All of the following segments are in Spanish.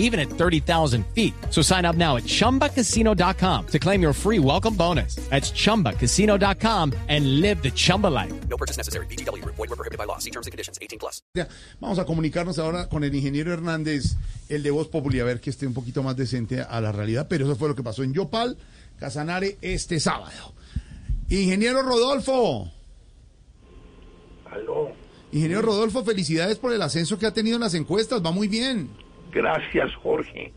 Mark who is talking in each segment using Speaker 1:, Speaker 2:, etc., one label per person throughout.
Speaker 1: even at 30,000 feet. So sign up now at ChumbaCasino.com to claim your free welcome bonus. That's ChumbaCasino.com and live the Chumba life.
Speaker 2: No purchase necessary. BGW. Void were prohibited by law. See terms and conditions. 18 plus.
Speaker 3: Ya, Vamos a comunicarnos ahora con el ingeniero Hernández, el de Voz Populi, a ver que esté un poquito más decente a la realidad, pero eso fue lo que pasó en Yopal, Casanare, este sábado. Ingeniero Rodolfo,
Speaker 4: Aló,
Speaker 3: ingeniero Rodolfo, felicidades por el ascenso que ha tenido en las encuestas, va muy bien.
Speaker 4: gracias Jorge.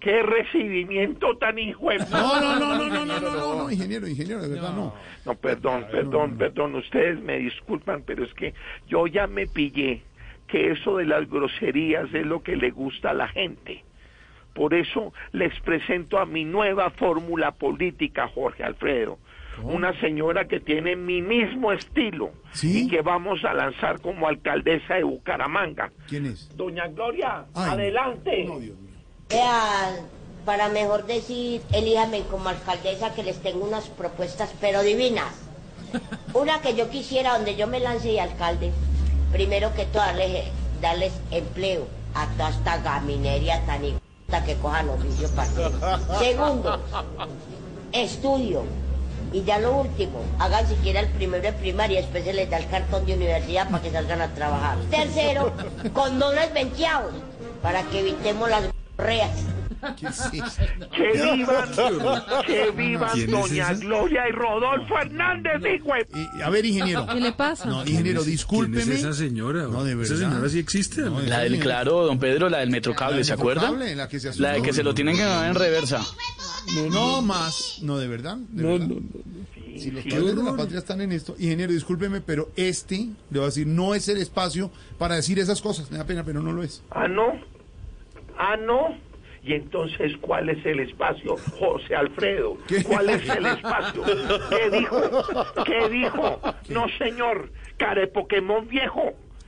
Speaker 4: Qué recibimiento tan hijo de madre!
Speaker 3: No, no, no, no, no, no, no, no, no, ingeniero, ingeniero, de verdad no.
Speaker 4: No, perdón, perdón, perdón. Ustedes me disculpan, pero es que yo ya me pillé que eso de las groserías es lo que le gusta a la gente. Por eso les presento a mi nueva fórmula política, Jorge Alfredo. Una señora que tiene mi mismo estilo
Speaker 3: ¿Sí?
Speaker 4: y que vamos a lanzar como alcaldesa de Bucaramanga.
Speaker 3: ¿Quién es?
Speaker 4: Doña Gloria,
Speaker 3: Ay,
Speaker 4: adelante.
Speaker 3: No, Dios mío.
Speaker 5: Vea, para mejor decir, elíjame como alcaldesa que les tengo unas propuestas, pero divinas. Una que yo quisiera, donde yo me lance de alcalde, primero que todo, darles, darles empleo a toda esta gaminería tan hasta que cojan oficio para Segundo, estudio. Y ya lo último, hagan siquiera el primero de primaria, después se les da el cartón de universidad para que salgan a trabajar. Tercero, condones venteados, para que evitemos las reas.
Speaker 3: ¿Qué es eso?
Speaker 4: Que vivan, que vivan
Speaker 3: ¿Quién es
Speaker 4: Doña
Speaker 3: esa?
Speaker 4: Gloria y Rodolfo Hernández, hijo de-
Speaker 3: Y- a ver, ingeniero.
Speaker 6: ¿Qué le pasa?
Speaker 3: No, ingeniero, discúlpeme.
Speaker 7: ¿Quién es esa señora?
Speaker 3: No, de verdad.
Speaker 7: Esa señora sí existe.
Speaker 3: No,
Speaker 7: Alfredo?
Speaker 3: de
Speaker 8: La del,
Speaker 3: verdad,
Speaker 8: claro, don Pedro, la del
Speaker 3: la
Speaker 8: Metrocable,
Speaker 3: del
Speaker 8: ¿se acuerda?
Speaker 3: cable, La que se
Speaker 8: La de que se lo
Speaker 3: asustó.
Speaker 8: tienen que ganar en reversa.
Speaker 3: No más, no, de verdad. de verdad. Si los padres de la patria están en esto, ingeniero, discúlpeme, pero este, le voy a decir, no es el espacio para decir esas cosas. Me da pena, pero no lo es.
Speaker 4: Ah, no. Ah, no. Y entonces, ¿cuál es el espacio, José Alfredo?
Speaker 3: ¿Qué?
Speaker 4: ¿Cuál es el espacio? ¿Qué dijo? ¿Qué dijo? No, señor. Care Pokémon viejo.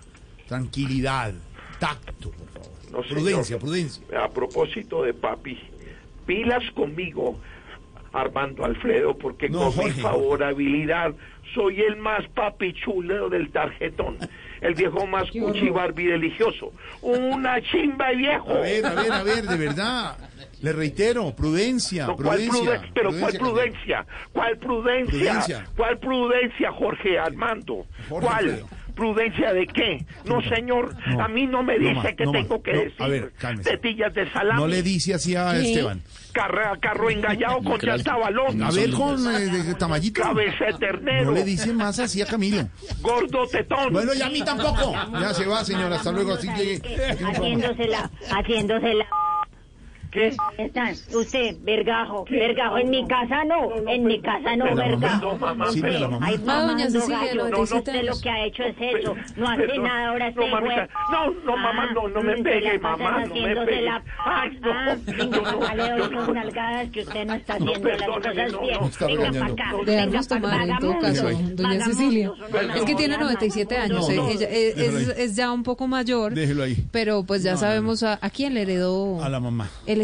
Speaker 3: tranquilidad, tacto, por favor.
Speaker 4: No, señor.
Speaker 3: prudencia, prudencia.
Speaker 4: A propósito de papi, pilas conmigo, Armando Alfredo, porque
Speaker 3: No,
Speaker 4: con
Speaker 3: Jorge.
Speaker 4: mi favorabilidad soy el más papi chuleo del tarjetón, el viejo más cuchibarbi religioso, una chimba de viejo.
Speaker 3: A ver, a ver, a ver, de verdad. Le reitero, prudencia,
Speaker 4: No, ¿cuál
Speaker 3: prudencia.
Speaker 4: pruden- pero ¿cuál prudencia? ¿Cuál prudencia?
Speaker 3: Prudencia.
Speaker 4: ¿Cuál prudencia, Jorge Armando?
Speaker 3: Jorge
Speaker 4: ¿Cuál?
Speaker 3: Alfredo.
Speaker 4: ¿Prudencia de qué? No, señor,
Speaker 3: No.
Speaker 4: a mí no me
Speaker 3: No
Speaker 4: dice
Speaker 3: más,
Speaker 4: que
Speaker 3: no
Speaker 4: tengo
Speaker 3: más.
Speaker 4: que
Speaker 3: No, a
Speaker 4: decir
Speaker 3: ver, cálmese.
Speaker 4: tetillas de
Speaker 3: Candela.
Speaker 4: salami.
Speaker 3: No le dice así a Esteban.
Speaker 4: Carra- carro engañado con
Speaker 8: creo-
Speaker 4: tanta balón.
Speaker 3: A ver, con eh, de- Tamayito.
Speaker 4: Cabeza de ternero.
Speaker 3: No le dice más así a Camilo.
Speaker 4: Gordo tetón.
Speaker 3: Bueno, ya a mí tampoco. Ya se va, señora. Hasta luego. Así llegué. Aquí no vamos.
Speaker 5: Haciéndosela, haciéndosela.
Speaker 9: ¿Qué?
Speaker 5: Están, usted, vergajo, vergajo, en mi casa no, en mi casa no,
Speaker 9: Pero la mamá,
Speaker 5: vergajo.
Speaker 9: pues, no, mamá, Sí, pero la mamá.
Speaker 5: Ay,
Speaker 9: Ah,
Speaker 5: mamá,
Speaker 9: doña
Speaker 5: no,
Speaker 9: Cecilia,
Speaker 5: gallo,
Speaker 9: los
Speaker 5: usted
Speaker 9: 17
Speaker 5: lo que ha hecho es
Speaker 9: Pe-
Speaker 5: eso, no hace
Speaker 9: Pues, perdón.
Speaker 5: nada, ahora
Speaker 9: No,
Speaker 5: este
Speaker 9: mamita,
Speaker 5: juez.
Speaker 9: no, no, mamá, no, no me
Speaker 5: mm, se
Speaker 9: pegue,
Speaker 5: la pasan
Speaker 9: mamá, no me
Speaker 5: haciéndose
Speaker 9: pegue.
Speaker 5: La,
Speaker 9: Ay, no,
Speaker 5: ah,
Speaker 9: no,
Speaker 5: venga,
Speaker 9: no,
Speaker 5: papá, le doy
Speaker 9: yo
Speaker 5: unas
Speaker 9: no.
Speaker 5: nalgadas que usted no está
Speaker 9: No,
Speaker 5: haciendo las
Speaker 9: perdóneme,
Speaker 5: cosas
Speaker 9: no,
Speaker 5: bien.
Speaker 9: no, está
Speaker 5: venga
Speaker 9: bromeando.
Speaker 5: para acá,
Speaker 9: No,
Speaker 5: venga
Speaker 4: Dejarnos
Speaker 5: pa' acá,
Speaker 4: tomar en todo
Speaker 5: vagamundos,
Speaker 4: caso, doña
Speaker 5: vagamundos.
Speaker 4: Cecilia.
Speaker 5: Déjelo
Speaker 4: Es que
Speaker 5: ahí.
Speaker 4: tiene 97 años,
Speaker 3: No, no,
Speaker 4: eh, ella eh,
Speaker 3: déjelo
Speaker 4: es,
Speaker 3: ahí.
Speaker 4: es ya un poco mayor.
Speaker 3: Déjelo ahí.
Speaker 4: Pero pues ya
Speaker 3: No, no,
Speaker 4: sabemos A, a quién le heredó
Speaker 3: A la mamá.
Speaker 4: el